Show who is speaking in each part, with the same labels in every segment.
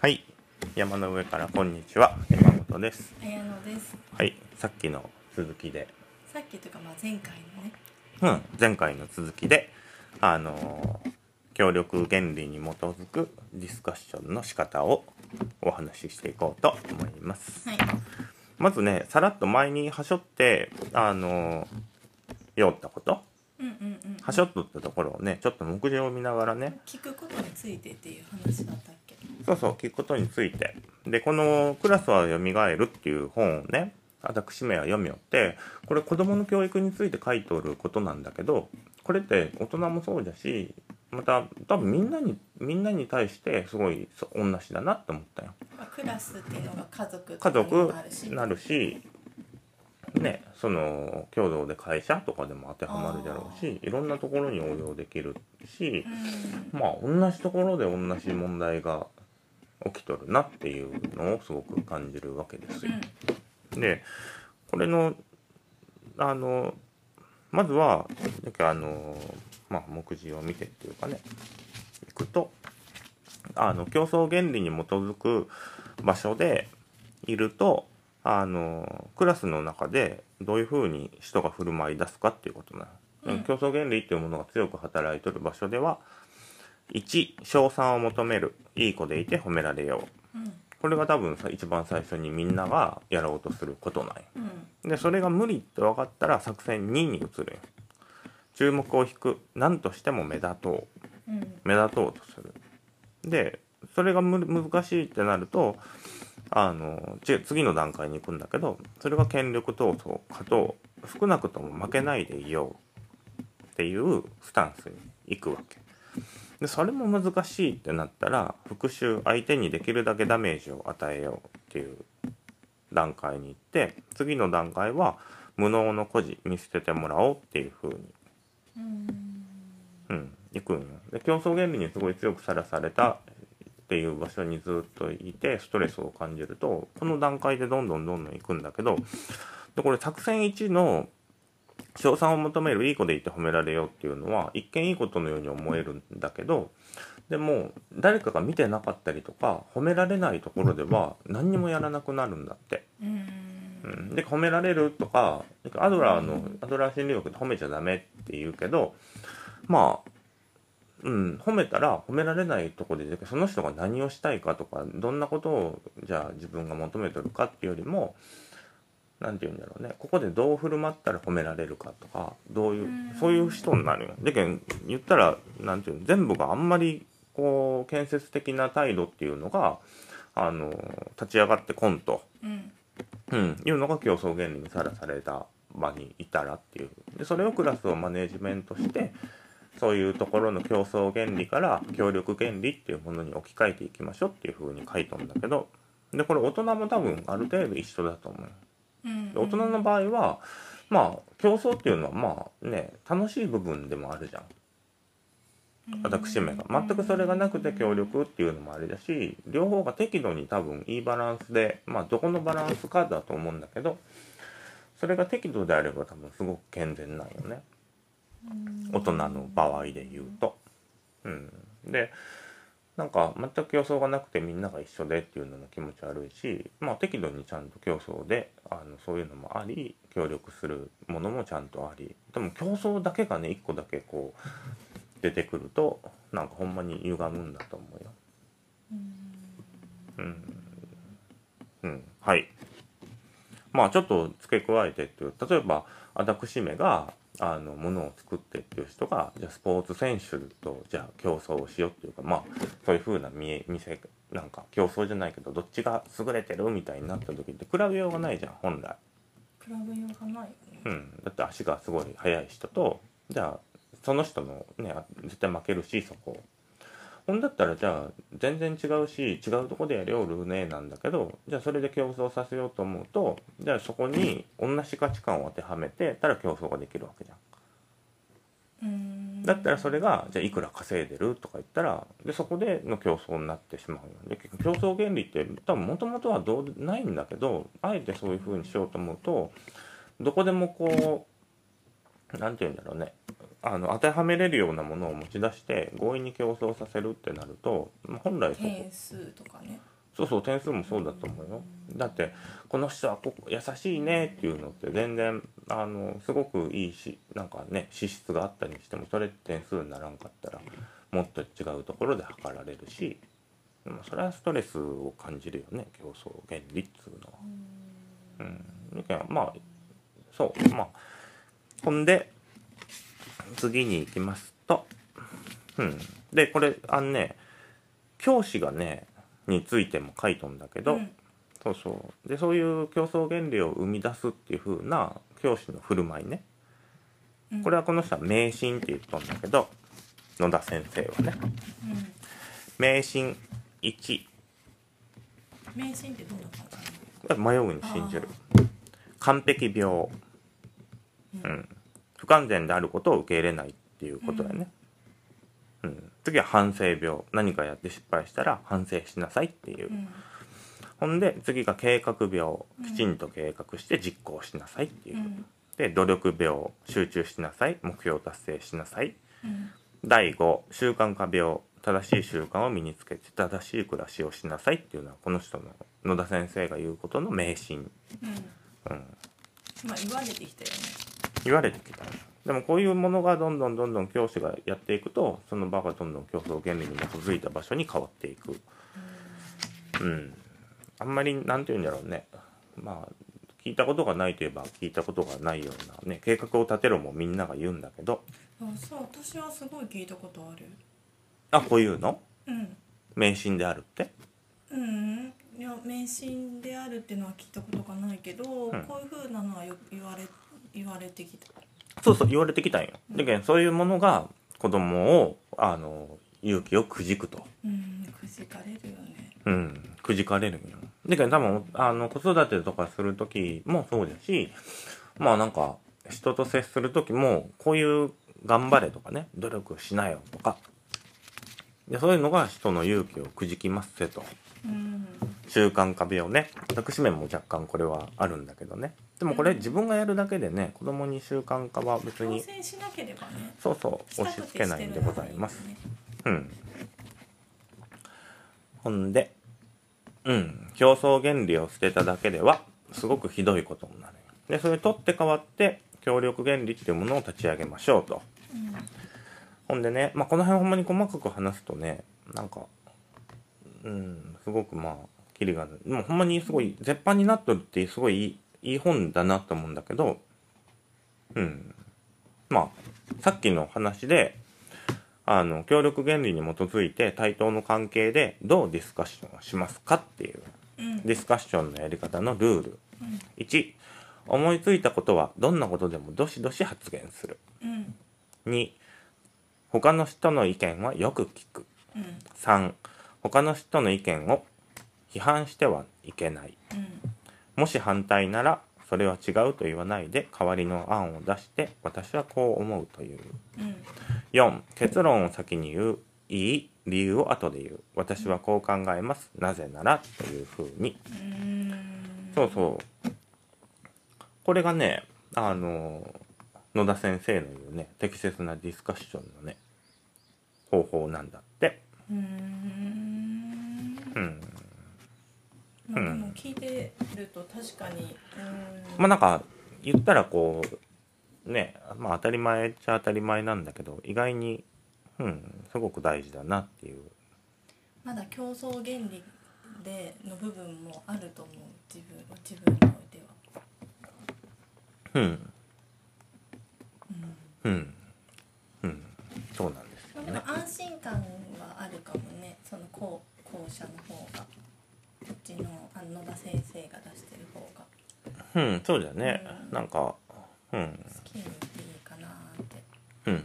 Speaker 1: はい山の上からこんにちは山本です
Speaker 2: 綾乃です
Speaker 1: はいさっきの続きで
Speaker 2: さっきというかまあ前回のね
Speaker 1: うん前回の続きであのー協力原理に基づくディスカッションの仕方をお話ししていこうと思います
Speaker 2: はい
Speaker 1: まずねさらっと前にはしょってあのー酔ったこと
Speaker 2: うんうんうん
Speaker 1: はしょっとったところをねちょっと目次を見ながらね
Speaker 2: 聞くことについてっていう話だったっけ
Speaker 1: そうそう聞くことについてでこの「クラスはよみがえる」っていう本をね私めは読みよってこれ子どもの教育について書いておることなんだけどこれって大人もそうだしまた多分みんなにみんなに対してすごいそ同じだなって思ったよ。
Speaker 2: まあクラスっていうのが家
Speaker 1: 家
Speaker 2: 族とかにも
Speaker 1: 族
Speaker 2: あるし
Speaker 1: なるしねその共同で会社とかでも当てはまるだろうしいろんなところに応用できるし
Speaker 2: うん
Speaker 1: まあ同じところで同じ問題が起きとるなっていうのをすごく感じるわけですよ。でこれのあのまずはなんかあの、まあ、目次を見てっていうかねいくとあの競争原理に基づく場所でいるとあのクラスの中でどういうふうに人が振る舞い出すかっていうことなの、
Speaker 2: うん
Speaker 1: 競争原理っていうものが強く働いとる場所では1賞賛を求めるいい子でいて褒められよう
Speaker 2: うん
Speaker 1: これが多分さ一番最初にみんながやろうとすることなんよ
Speaker 2: うん
Speaker 1: でそれが無理って分かったら作戦2に移るんよ注目を引く何としても目立とう
Speaker 2: うん
Speaker 1: 目立とうとするでそれがむ難しいってなるとあのち次の段階に行くんだけどそれが権力闘争勝とう少なくとも負けないでいようっていうスタンスに行くわけでそれも難しいってなったら復讐相手にできるだけダメージを与えようっていう段階に行って次の段階は無能の孤児見捨ててもらおうっていう風に
Speaker 2: うん
Speaker 1: うん、行くんよで競争原理にすごい強くさらされたっていう場所にずっといてストレスを感じるとこの段階でどんどんどんどん行くんだけどでこれ作戦1の賞賛を求めるいい子でいて褒められようっていうのは一見いいことのように思えるんだけどでも誰かが見てなかったりとか褒められないところでは何にもやらなくなるんだって。
Speaker 2: うん
Speaker 1: うんで褒められるとかなんかアドラーのアドラー心理学で褒めちゃダメって言うけどまあうん褒めたら褒められないとこでその人が何をしたいかとかどんなことをじゃあ自分が求めてるかっていうよりも何て言うんだろうねここでどう振る舞ったら褒められるかとかどういう
Speaker 2: うん
Speaker 1: そういう人になるよ。でけん言ったら何て言うの全部があんまりこう建設的な態度っていうのがあの立ち上がってこんと。
Speaker 2: うん
Speaker 1: うん、いうのが競争原理にさらされた場にいたらっていうでそれをクラスをマネージメントしてそういうところの競争原理から協力原理っていうものに置き換えていきましょうっていう風に書いとんだけどでこれ大人も多分ある程度一緒だと思うよ
Speaker 2: うん
Speaker 1: で大人の場合はまあ競争っていうのはまあね楽しい部分でもあるじゃん私めが全くそれがなくて協力っていうのもあれだし両方が適度に多分いいバランスでまあどこのバランスかだと思うんだけどそれが適度であれば多分すごく健全なんよね大人の場合で言うと。うん、でなんか全く競争がなくてみんなが一緒でっていうのも気持ち悪いし、まあ、適度にちゃんと競争であのそういうのもあり協力するものもちゃんとありでも競争だけがね一個だけこう出てくるとなんかほんまに歪むんだと思うよ。うん、うん、はい。まあちょっと付け加えてっていう例えば私めがあのものを作ってっていう人がじゃあスポーツ選手とじゃあ競争をしようっていうかまあそういう風な見え見せなんか競争じゃないけどどっちが優れてるみたいになった時って比べようがないじゃん本来。
Speaker 2: 比べようがないよね
Speaker 1: うん、だって足がすごい速い人とじゃあその人のねあ絶対負けるしそこほんだったらじゃあ全然違うし違うとこでやりおるねなんだけどじゃあそれで競争させようと思うとじゃあそこに同じ価値観を当てはめてたら競争ができるわけじゃん。
Speaker 2: うん
Speaker 1: だったらそれがじゃあいくら稼いでるとか言ったらでそこでの競争になってしまうので結局競争原理って多分もともとはどうでないんだけどあえてそういう風にしようと思うとどこでもこう何て言うんだろうねあの当てはめれるようなものを持ち出して強引に競争させるってなるとまあ本来そこ
Speaker 2: 点数とかね
Speaker 1: そうそう点数もそうだと思うよだってこの人はこ優しいねっていうのって全然あのすごくいいしなんかね資質があったにしてもそれって点数にならんかったらもっと違うところで測られるしでもそれはストレスを感じるよね競争原理っつうのは。うん、だからまあそうまあほんで次に行きますと、うん、でこれあのね教師がねについても書いとんだけど、
Speaker 2: うん
Speaker 1: そうそうでそういう競争原理を生み出すっていう風な教師の振る舞いね
Speaker 2: うん
Speaker 1: これはこの人は迷信って言っとんだけど野田先生はね
Speaker 2: うん
Speaker 1: 迷信1
Speaker 2: 迷信ってどんな感じ
Speaker 1: 迷うに信じる完璧病、
Speaker 2: うん
Speaker 1: うん、不完全であることを受け入れないっていうことだよね、うん次は反省病何かやって失敗したら反省しなさいっていう、
Speaker 2: うん
Speaker 1: ほんで次が計画病
Speaker 2: ん
Speaker 1: きちんと計画して実行しなさいっていう、
Speaker 2: うん
Speaker 1: で努力病集中しなさい目標達成しなさい
Speaker 2: うん
Speaker 1: 第5習慣化病正しい習慣を身につけて正しい暮らしをしなさいっていうのはこの人の野田先生が言うことの迷信、
Speaker 2: う
Speaker 1: う
Speaker 2: ん
Speaker 1: ん、
Speaker 2: まあ言われてきたよね
Speaker 1: 言われてきたでもこういうものがどんどんどんどん教師がやっていくとその場がどんどん競争原理に基づいた場所に変わっていくうんあんまりなんて言うんだろうねまあ聞いたことがないといえば聞いたことがないようなね計画を立てろもみんなが言うんだけど
Speaker 2: あそう私はすごい聞いたことある
Speaker 1: あこういうの
Speaker 2: うん
Speaker 1: 迷信であるって
Speaker 2: うんいや迷信であるっていうのは聞いたことがないけど、
Speaker 1: ん
Speaker 2: こういうふうなのはよく言われ言われてきた
Speaker 1: そうそう言われてきたんよだけどそういうものが子供をあの勇気をくじくと
Speaker 2: うんくじかれるよね
Speaker 1: うん、くじかれるんよ。だけど多分、あの、子育てとかするときもそうだし、まあなんか、人と接するときも、こういう頑張れとかね、努力しなよとか、でそういうのが人の勇気をくじきますせと。
Speaker 2: うん
Speaker 1: 習慣化病ね。私面も若干これはあるんだけどね。でもこれ自分がやるだけでね、子供に習慣化は別
Speaker 2: 挑
Speaker 1: に、
Speaker 2: 戦しなければね
Speaker 1: そうそう、押
Speaker 2: た
Speaker 1: し
Speaker 2: く
Speaker 1: 付
Speaker 2: て
Speaker 1: け
Speaker 2: し
Speaker 1: な
Speaker 2: て
Speaker 1: いん
Speaker 2: る
Speaker 1: で
Speaker 2: なら
Speaker 1: ございます。
Speaker 2: ね
Speaker 1: うん。ほんで、うん、競争原理を捨てただけでは、すごくひどいことになる。で、それ取って代わって、協力原理っていうものを立ち上げましょうと。
Speaker 2: うん
Speaker 1: ほんでね、まあ、この辺ほんまに細かく話すとね、なんか、うん、すごくまあ、キリがない。もうほんまにすごい、絶版になっとるってすごいいいいい本だなと思うんだけど、うん。まあ、さっきの話で、あの、協力原理に基づいて対等の関係でどうディスカッションをしますかっていう、
Speaker 2: うん
Speaker 1: ディスカッションのやり方のルール。
Speaker 2: うん
Speaker 1: 1、思いついたことはどんなことでもどしどし発言する。
Speaker 2: うん
Speaker 1: 2他の人の意見はよく聞く
Speaker 2: うん
Speaker 1: 3他の人の意見を批判してはいけない
Speaker 2: うん
Speaker 1: もし反対ならそれは違うと言わないで代わりの案を出して私はこう思うという
Speaker 2: うん
Speaker 1: 4結論を先に言ういい理由を後で言う私はこう考えますなぜならというふうに
Speaker 2: うん
Speaker 1: そうそうこれがねあの野田先生の言うね適切なディスカッションのね方法なんだって
Speaker 2: うん
Speaker 1: うん
Speaker 2: まあでも聞いてると確かにうん
Speaker 1: まあなんか言ったらこうねまあ当たり前っちゃ当たり前なんだけど意外にうんすごく大事だなっていう
Speaker 2: まだ競争原理での部分もあると思う自分自分においては
Speaker 1: うんうんうんそうなんです
Speaker 2: ま
Speaker 1: よ
Speaker 2: あで
Speaker 1: ね
Speaker 2: も安心感はあるかもねその後後者の方がこっちのあの野田先生が出してる方が
Speaker 1: うんそうだね
Speaker 2: うん
Speaker 1: なんかうん
Speaker 2: 好きになっていいかなって
Speaker 1: うん、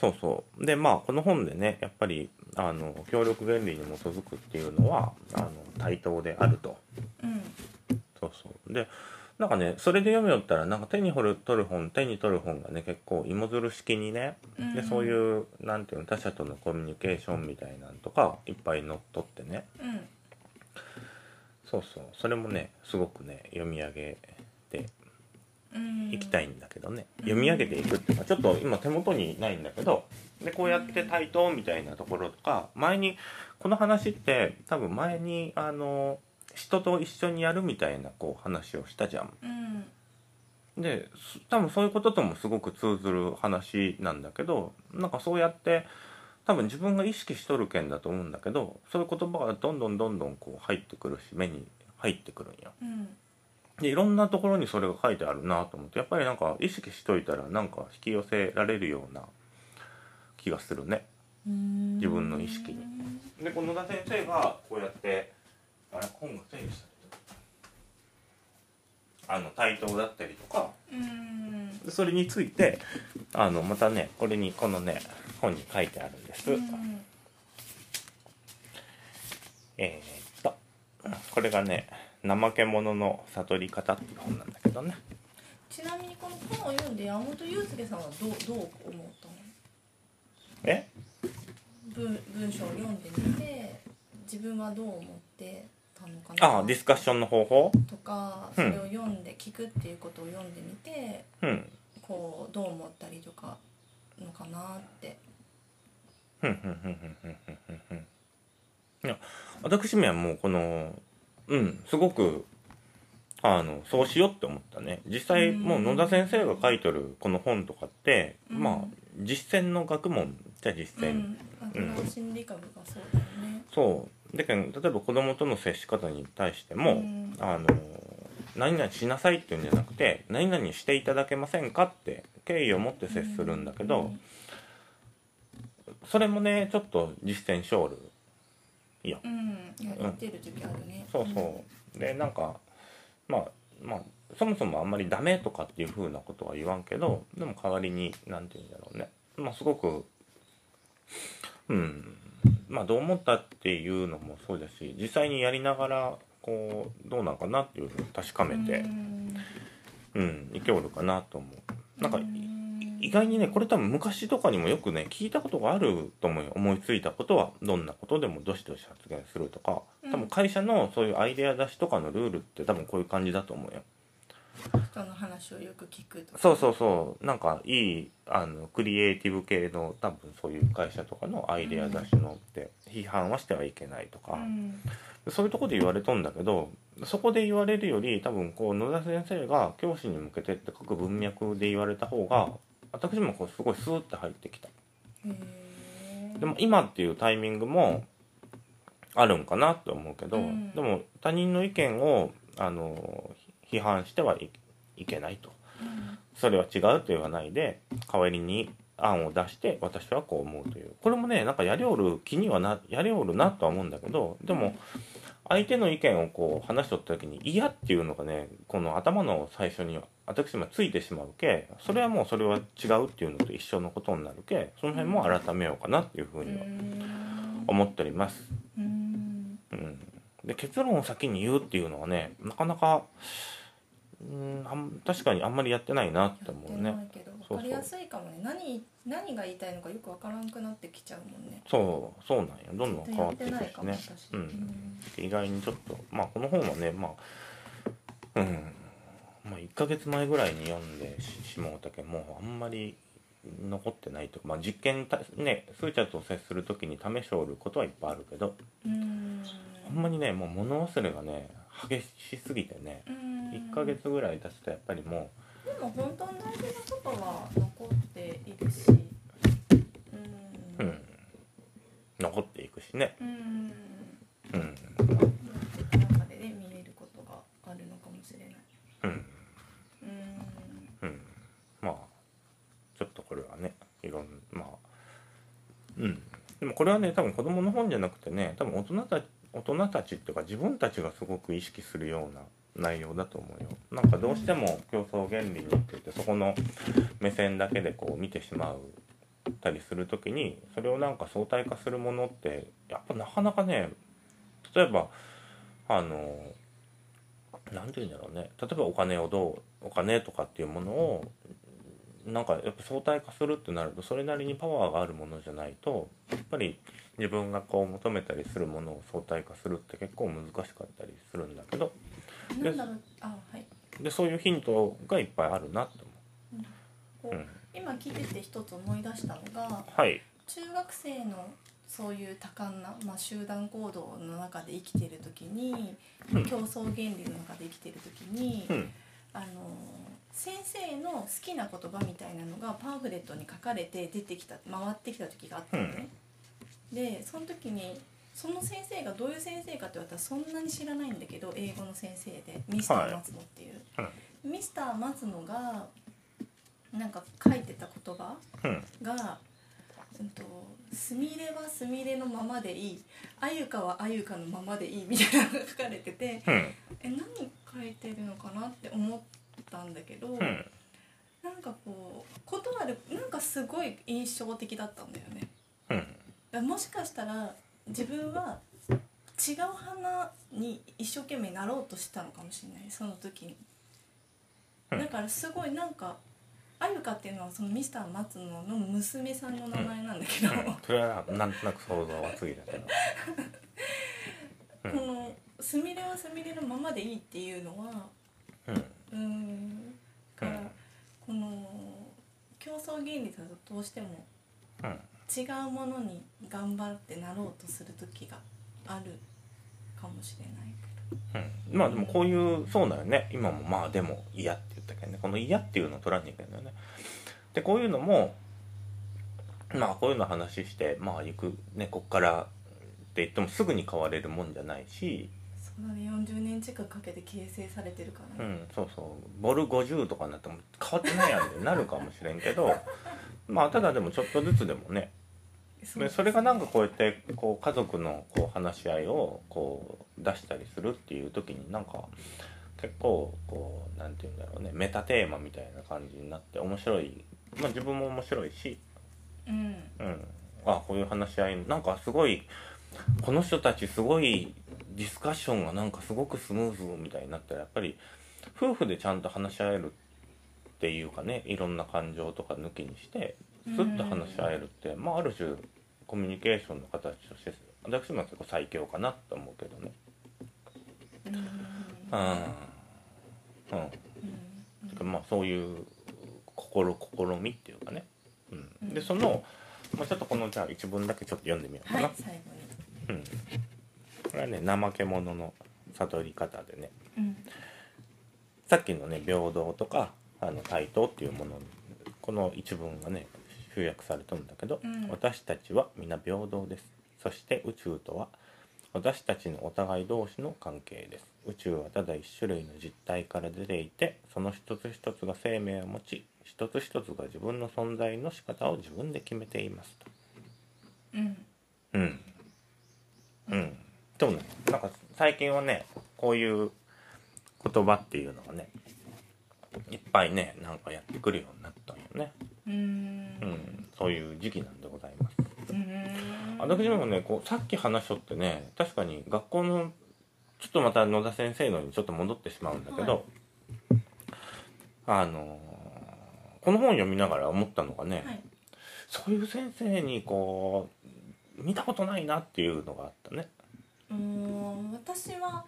Speaker 1: そうそうでまあこの本でねやっぱりあの協力原理に基づくっていうのはあの対等であると
Speaker 2: うん
Speaker 1: そうそうでなんかねそれで読みよったらなんか手に取る取る本手に取る本がね結構芋づる式にねでそう
Speaker 2: う
Speaker 1: いうなんていうの他者とのコミュニケーションみたいなんとかいっぱい載っとってね
Speaker 2: んうん
Speaker 1: そうそうそれもねすごくね読み上げて
Speaker 2: うん
Speaker 1: いきたいんだけどね読み上げていくっていうかちょっと今手元にないんだけどでこうやって対等みたいなところとか前にこの話って多分前にあの人と一緒にやるみたいなこう話をしたじゃん。
Speaker 2: うん
Speaker 1: です多分そういうことともすごく通ずる話なんだけどなんかそうやって多分自分が意識しとるけんだと思うんだけどそういう言葉がどんどんどんどんこう入ってくるし目に入ってくるんよ。
Speaker 2: うん
Speaker 1: でいろんなところにそれが書いてあるなと思ってやっぱりなんか意識しといたらなんか引き寄せられるような気がするね。
Speaker 2: うん
Speaker 1: 自分の意識にでこの野田先生がこうやってあれ本が整理されてるあの対等だったりとか
Speaker 2: うん
Speaker 1: でそれについてあのまたねこれにこのね本に書いてあるんです、
Speaker 2: うん
Speaker 1: えー、っとこれがね「怠け者の悟り方」っていう本なんだけどね
Speaker 2: ちなみにこの本を読んで山本裕介さんはどうどう思ったの
Speaker 1: え
Speaker 2: 文文章を読んでみて自分はどう思ってたのかな
Speaker 1: あディスカッションの方法
Speaker 2: とか
Speaker 1: う
Speaker 2: それ
Speaker 1: ん
Speaker 2: を読んで聞くっていうことを読んでみて
Speaker 1: うん
Speaker 2: こうどう思ったりとかのかなって
Speaker 1: ふんふんふんふんふんふんふんふんいや私めはもうこのうんすごくあのそうしようって思ったね実際
Speaker 2: うん
Speaker 1: もう野田先生が書いてるこの本とかって、
Speaker 2: うん
Speaker 1: まあ実践の学問じゃ実
Speaker 2: う
Speaker 1: 践、
Speaker 2: ん
Speaker 1: うん
Speaker 2: 学心理学がそうだよね
Speaker 1: そうでけん例えば子供との接し方に対しても、
Speaker 2: うん
Speaker 1: あの何々しなさいっていうんじゃなくて何々していただけませんかって敬意を持って接するんだけど、それもねちょっと実践しょおるいや
Speaker 2: うんうんいや言ってる時あるね
Speaker 1: そうそうでなんかまあまあそもそもあんまりダメとかっていう風なことは言わんけどでも代わりに何て言うんだろうねまあすごくうんまあどう思ったっていうのもそうだし実際にやりながらこうどうなんかなっていうのを確か
Speaker 2: う
Speaker 1: め
Speaker 2: ん
Speaker 1: てうん生きおるかなと思うなんか
Speaker 2: うん
Speaker 1: 意外にねこれ多分昔とかにもよくね聞いたことがあると思うよ思いついたことはどんなことでもどしどし発言するとか
Speaker 2: うん
Speaker 1: 多分会社のそういうアイデア出しとかのルールって多分こういう感じだと思うよ
Speaker 2: 人の話をよく聞くとか
Speaker 1: そうそうそうなんかいいあのクリエイティブ系の多分そういう会社とかのアイデア出しのって批判はしてはいけないとか、
Speaker 2: うん
Speaker 1: そういうとこで言われとんだけどそこで言われるより多分こう野田先生が教師に向けてって書く文脈で言われた方が私もこうすごいスーッて入ってきた。
Speaker 2: へー
Speaker 1: でも今っていうタイミングもあるんかなと思うけど、
Speaker 2: うん
Speaker 1: でも他人の意見をあの批判してはいいけないと
Speaker 2: うん
Speaker 1: それは違うと言わないで代わりに案を出して私はこう思うというこれもねなんかやりおる気にはなやりおるなとは思うんだけどでも相手の意見をこう話しとった時に嫌っていうのがねこの頭の最初に私もついてしまうけそれはもうそれは違うっていうのと一緒のことになるけその辺も改めようかなっていうふうには思っております。
Speaker 2: うん
Speaker 1: うん、で結論を先に言うっていうのはねなかなかうんあん確かにあんまりやってないなって
Speaker 2: やっ
Speaker 1: 思
Speaker 2: て
Speaker 1: う
Speaker 2: ない
Speaker 1: ね。
Speaker 2: けど
Speaker 1: そうそう
Speaker 2: 分かりやすいかもね何何が言いたいのかよく分からんくなってきちゃうもんね
Speaker 1: そうそうなんよどんどん変
Speaker 2: や
Speaker 1: わっ
Speaker 2: って
Speaker 1: てい
Speaker 2: な
Speaker 1: く
Speaker 2: い
Speaker 1: し
Speaker 2: かも
Speaker 1: ね
Speaker 2: 私、
Speaker 1: うん、意外にちょっとまあこの本はねまあうんまあ1ヶ月前ぐらいに読んでししもうたけんもうあんまり残ってないというか、まあ、実験たねスーちゃんと接する時に試しおることはいっぱいあるけど
Speaker 2: うん
Speaker 1: あんまりねもう物忘れがね激しすぎてね
Speaker 2: うん
Speaker 1: 1ヶ月ぐらい経つとやっぱりも
Speaker 2: でも本当に大事なことは残っているし
Speaker 1: う、
Speaker 2: う
Speaker 1: うんん、残っていくしね、
Speaker 2: うん
Speaker 1: うん
Speaker 2: 自分の中でね見えることがあるのかもしれない
Speaker 1: うん
Speaker 2: うん
Speaker 1: うん、まあちょっとこれはねいろんまあうんでもこれはね多分子供の本じゃなくてね多分大人たち大人たちっていうか自分たちがすごく意識するような内容だと思うよなんかどうしても競争原理にって言ってそこの目線だけでこう見てしまうたりする時にそれをなんか相対化するものってやっぱなかなかね例えばあのなんて言うんだろうね例えばお金をどうお金とかっていうものをなんかやっぱ相対化するってなるとそれなりにパワーがあるものじゃないとやっぱり自分がこう求めたりするものを相対化するって結構難しかったりするんだけど
Speaker 2: なんだろうあはい
Speaker 1: でそういうヒントがいっぱいあるなって思
Speaker 2: こ
Speaker 1: う、う、
Speaker 2: うん今聞いてて一つ思い出したのが
Speaker 1: はい
Speaker 2: 中学生のそういう多感な、まあ、集団行動の中で生きてる時に、
Speaker 1: うん
Speaker 2: 競争原理の中で生きてる時に、
Speaker 1: うん
Speaker 2: あの先生の好きな言葉みたいなのがパンフレットに書かれて出てきた回ってきた時があったのね。でその時にその先生がどういう先生かって私そんなに知らないんだけど英語の先生でミスター松野っていう、
Speaker 1: はい
Speaker 2: ミスター松野がなんか書いてた言葉
Speaker 1: うん
Speaker 2: が、うんと「すみれはすみれのままでいい」「あゆかはあゆかのままでいい」みたいなのが書かれてて
Speaker 1: うん
Speaker 2: え何書いてるのかなって思ったんだけど、
Speaker 1: うん
Speaker 2: なんかこう断るなんかすごい印象的だったんだよね。
Speaker 1: うん
Speaker 2: だからもしかしたら自分は違う花に一生懸命なろうとしたのかもしれないその時に
Speaker 1: うん
Speaker 2: だからすごいなんかあゆかっていうのはそのミスター松野の娘さんの名前なんだけど、
Speaker 1: うんそれはなんとなく想像はついだけどうん
Speaker 2: この「すみれはすみれのままでいい」っていうのは
Speaker 1: うんうん
Speaker 2: うーんだからこの競争原理だとどうしても
Speaker 1: うん
Speaker 2: 違うものに頑張ってなろうとする時があるかもしれないけど。
Speaker 1: うんまあでもこういうそうだよね今もまあでも嫌って言ったけどねこの嫌っていうのを取らなきゃいけないんだよねでこういうのもまあこういうの話してまあ行くねこっからって言ってもすぐに変われるもんじゃないし、
Speaker 2: そうだね40年近くかけて形成されてるから
Speaker 1: う
Speaker 2: ね、
Speaker 1: ん、そうそうボル50とかになっても変わってないやんってなるかもしれんけどまあただでもちょっとずつでもね
Speaker 2: そ
Speaker 1: でそれがなんかこうやってこう家族のこう話し合いをこう出したりするっていう時になんか結構こうなんて言うんだろうねメタテーマみたいな感じになって面白いまあ自分も面白いし、
Speaker 2: うん
Speaker 1: うん、あこういう話し合いなんかすごいこの人たちすごいディスカッションがなんかすごくスムーズみたいになったらやっぱり夫婦でちゃんと話し合えるっていうかねいろんな感情とか抜きにしてスッと話し合えるって、まあ、ある種コミュニケーションの形として私も結構最強かなと思うけどね
Speaker 2: うん
Speaker 1: うんうん
Speaker 2: うん
Speaker 1: てかまあそういう心試みっていうかね、う、
Speaker 2: うんん
Speaker 1: でその、まあ、ちょっとこのじゃあ一文だけちょっと読んでみようか
Speaker 2: は
Speaker 1: な、
Speaker 2: い最後
Speaker 1: うん、これはね怠け者の悟り方でね
Speaker 2: に、うん
Speaker 1: さっきのね平等とかあの対等っていうものこの一文がね集約されとるんだけど、
Speaker 2: うん
Speaker 1: 私たちは皆平等ですそして宇宙とは私たちのお互い同士の関係です宇宙はただ一種類の実体から出ていてその一つ一つが生命を持ち一つ一つが自分の存在の仕方を自分で決めていますと
Speaker 2: うん
Speaker 1: うん。うん。でもね、なんか最近はね、こういう言葉っていうのがね、いっぱいね、なんかやってくるようになったんよね。
Speaker 2: うん
Speaker 1: うん。そういう時期なんでございます。
Speaker 2: うん
Speaker 1: 私でもね、こう、さっき話しとってね、確かに学校の、ちょっとまた野田先生のにちょっと戻ってしまうんだけど、あのーこの本読みながら思ったのがね、
Speaker 2: はい
Speaker 1: そういう先生にこう見たことないなっていうのがあったね。
Speaker 2: うん私は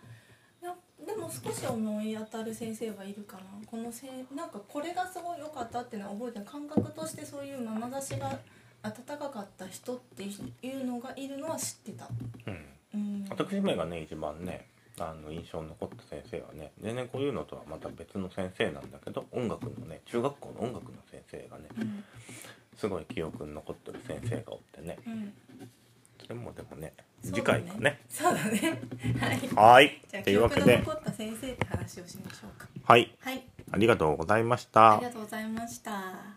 Speaker 2: いやでも少し思い当たる先生はいるかなこのせんなんかこれがすごい良かったっていうのは覚えてる感覚としてそういう眼差しが温かかった人っていうのがいるのは知ってた
Speaker 1: うん、
Speaker 2: うん
Speaker 1: 私めがね一番ねあの印象に残った先生はね全然こういうのとはまた別の先生なんだけど音楽のね中学校の音楽の先生がね
Speaker 2: うん
Speaker 1: すごい記憶に残ってる先生がおってね
Speaker 2: うん
Speaker 1: それもでもね
Speaker 2: そう
Speaker 1: 次回かね。
Speaker 2: そうだね。は
Speaker 1: は
Speaker 2: い。
Speaker 1: ーい
Speaker 2: じゃあ
Speaker 1: とい
Speaker 2: 記
Speaker 1: うわ
Speaker 2: 憶
Speaker 1: け
Speaker 2: の
Speaker 1: で
Speaker 2: 残った先生って話をしましょうか。
Speaker 1: はい
Speaker 2: はい。
Speaker 1: ありがとうございました
Speaker 2: ありが。とうございました。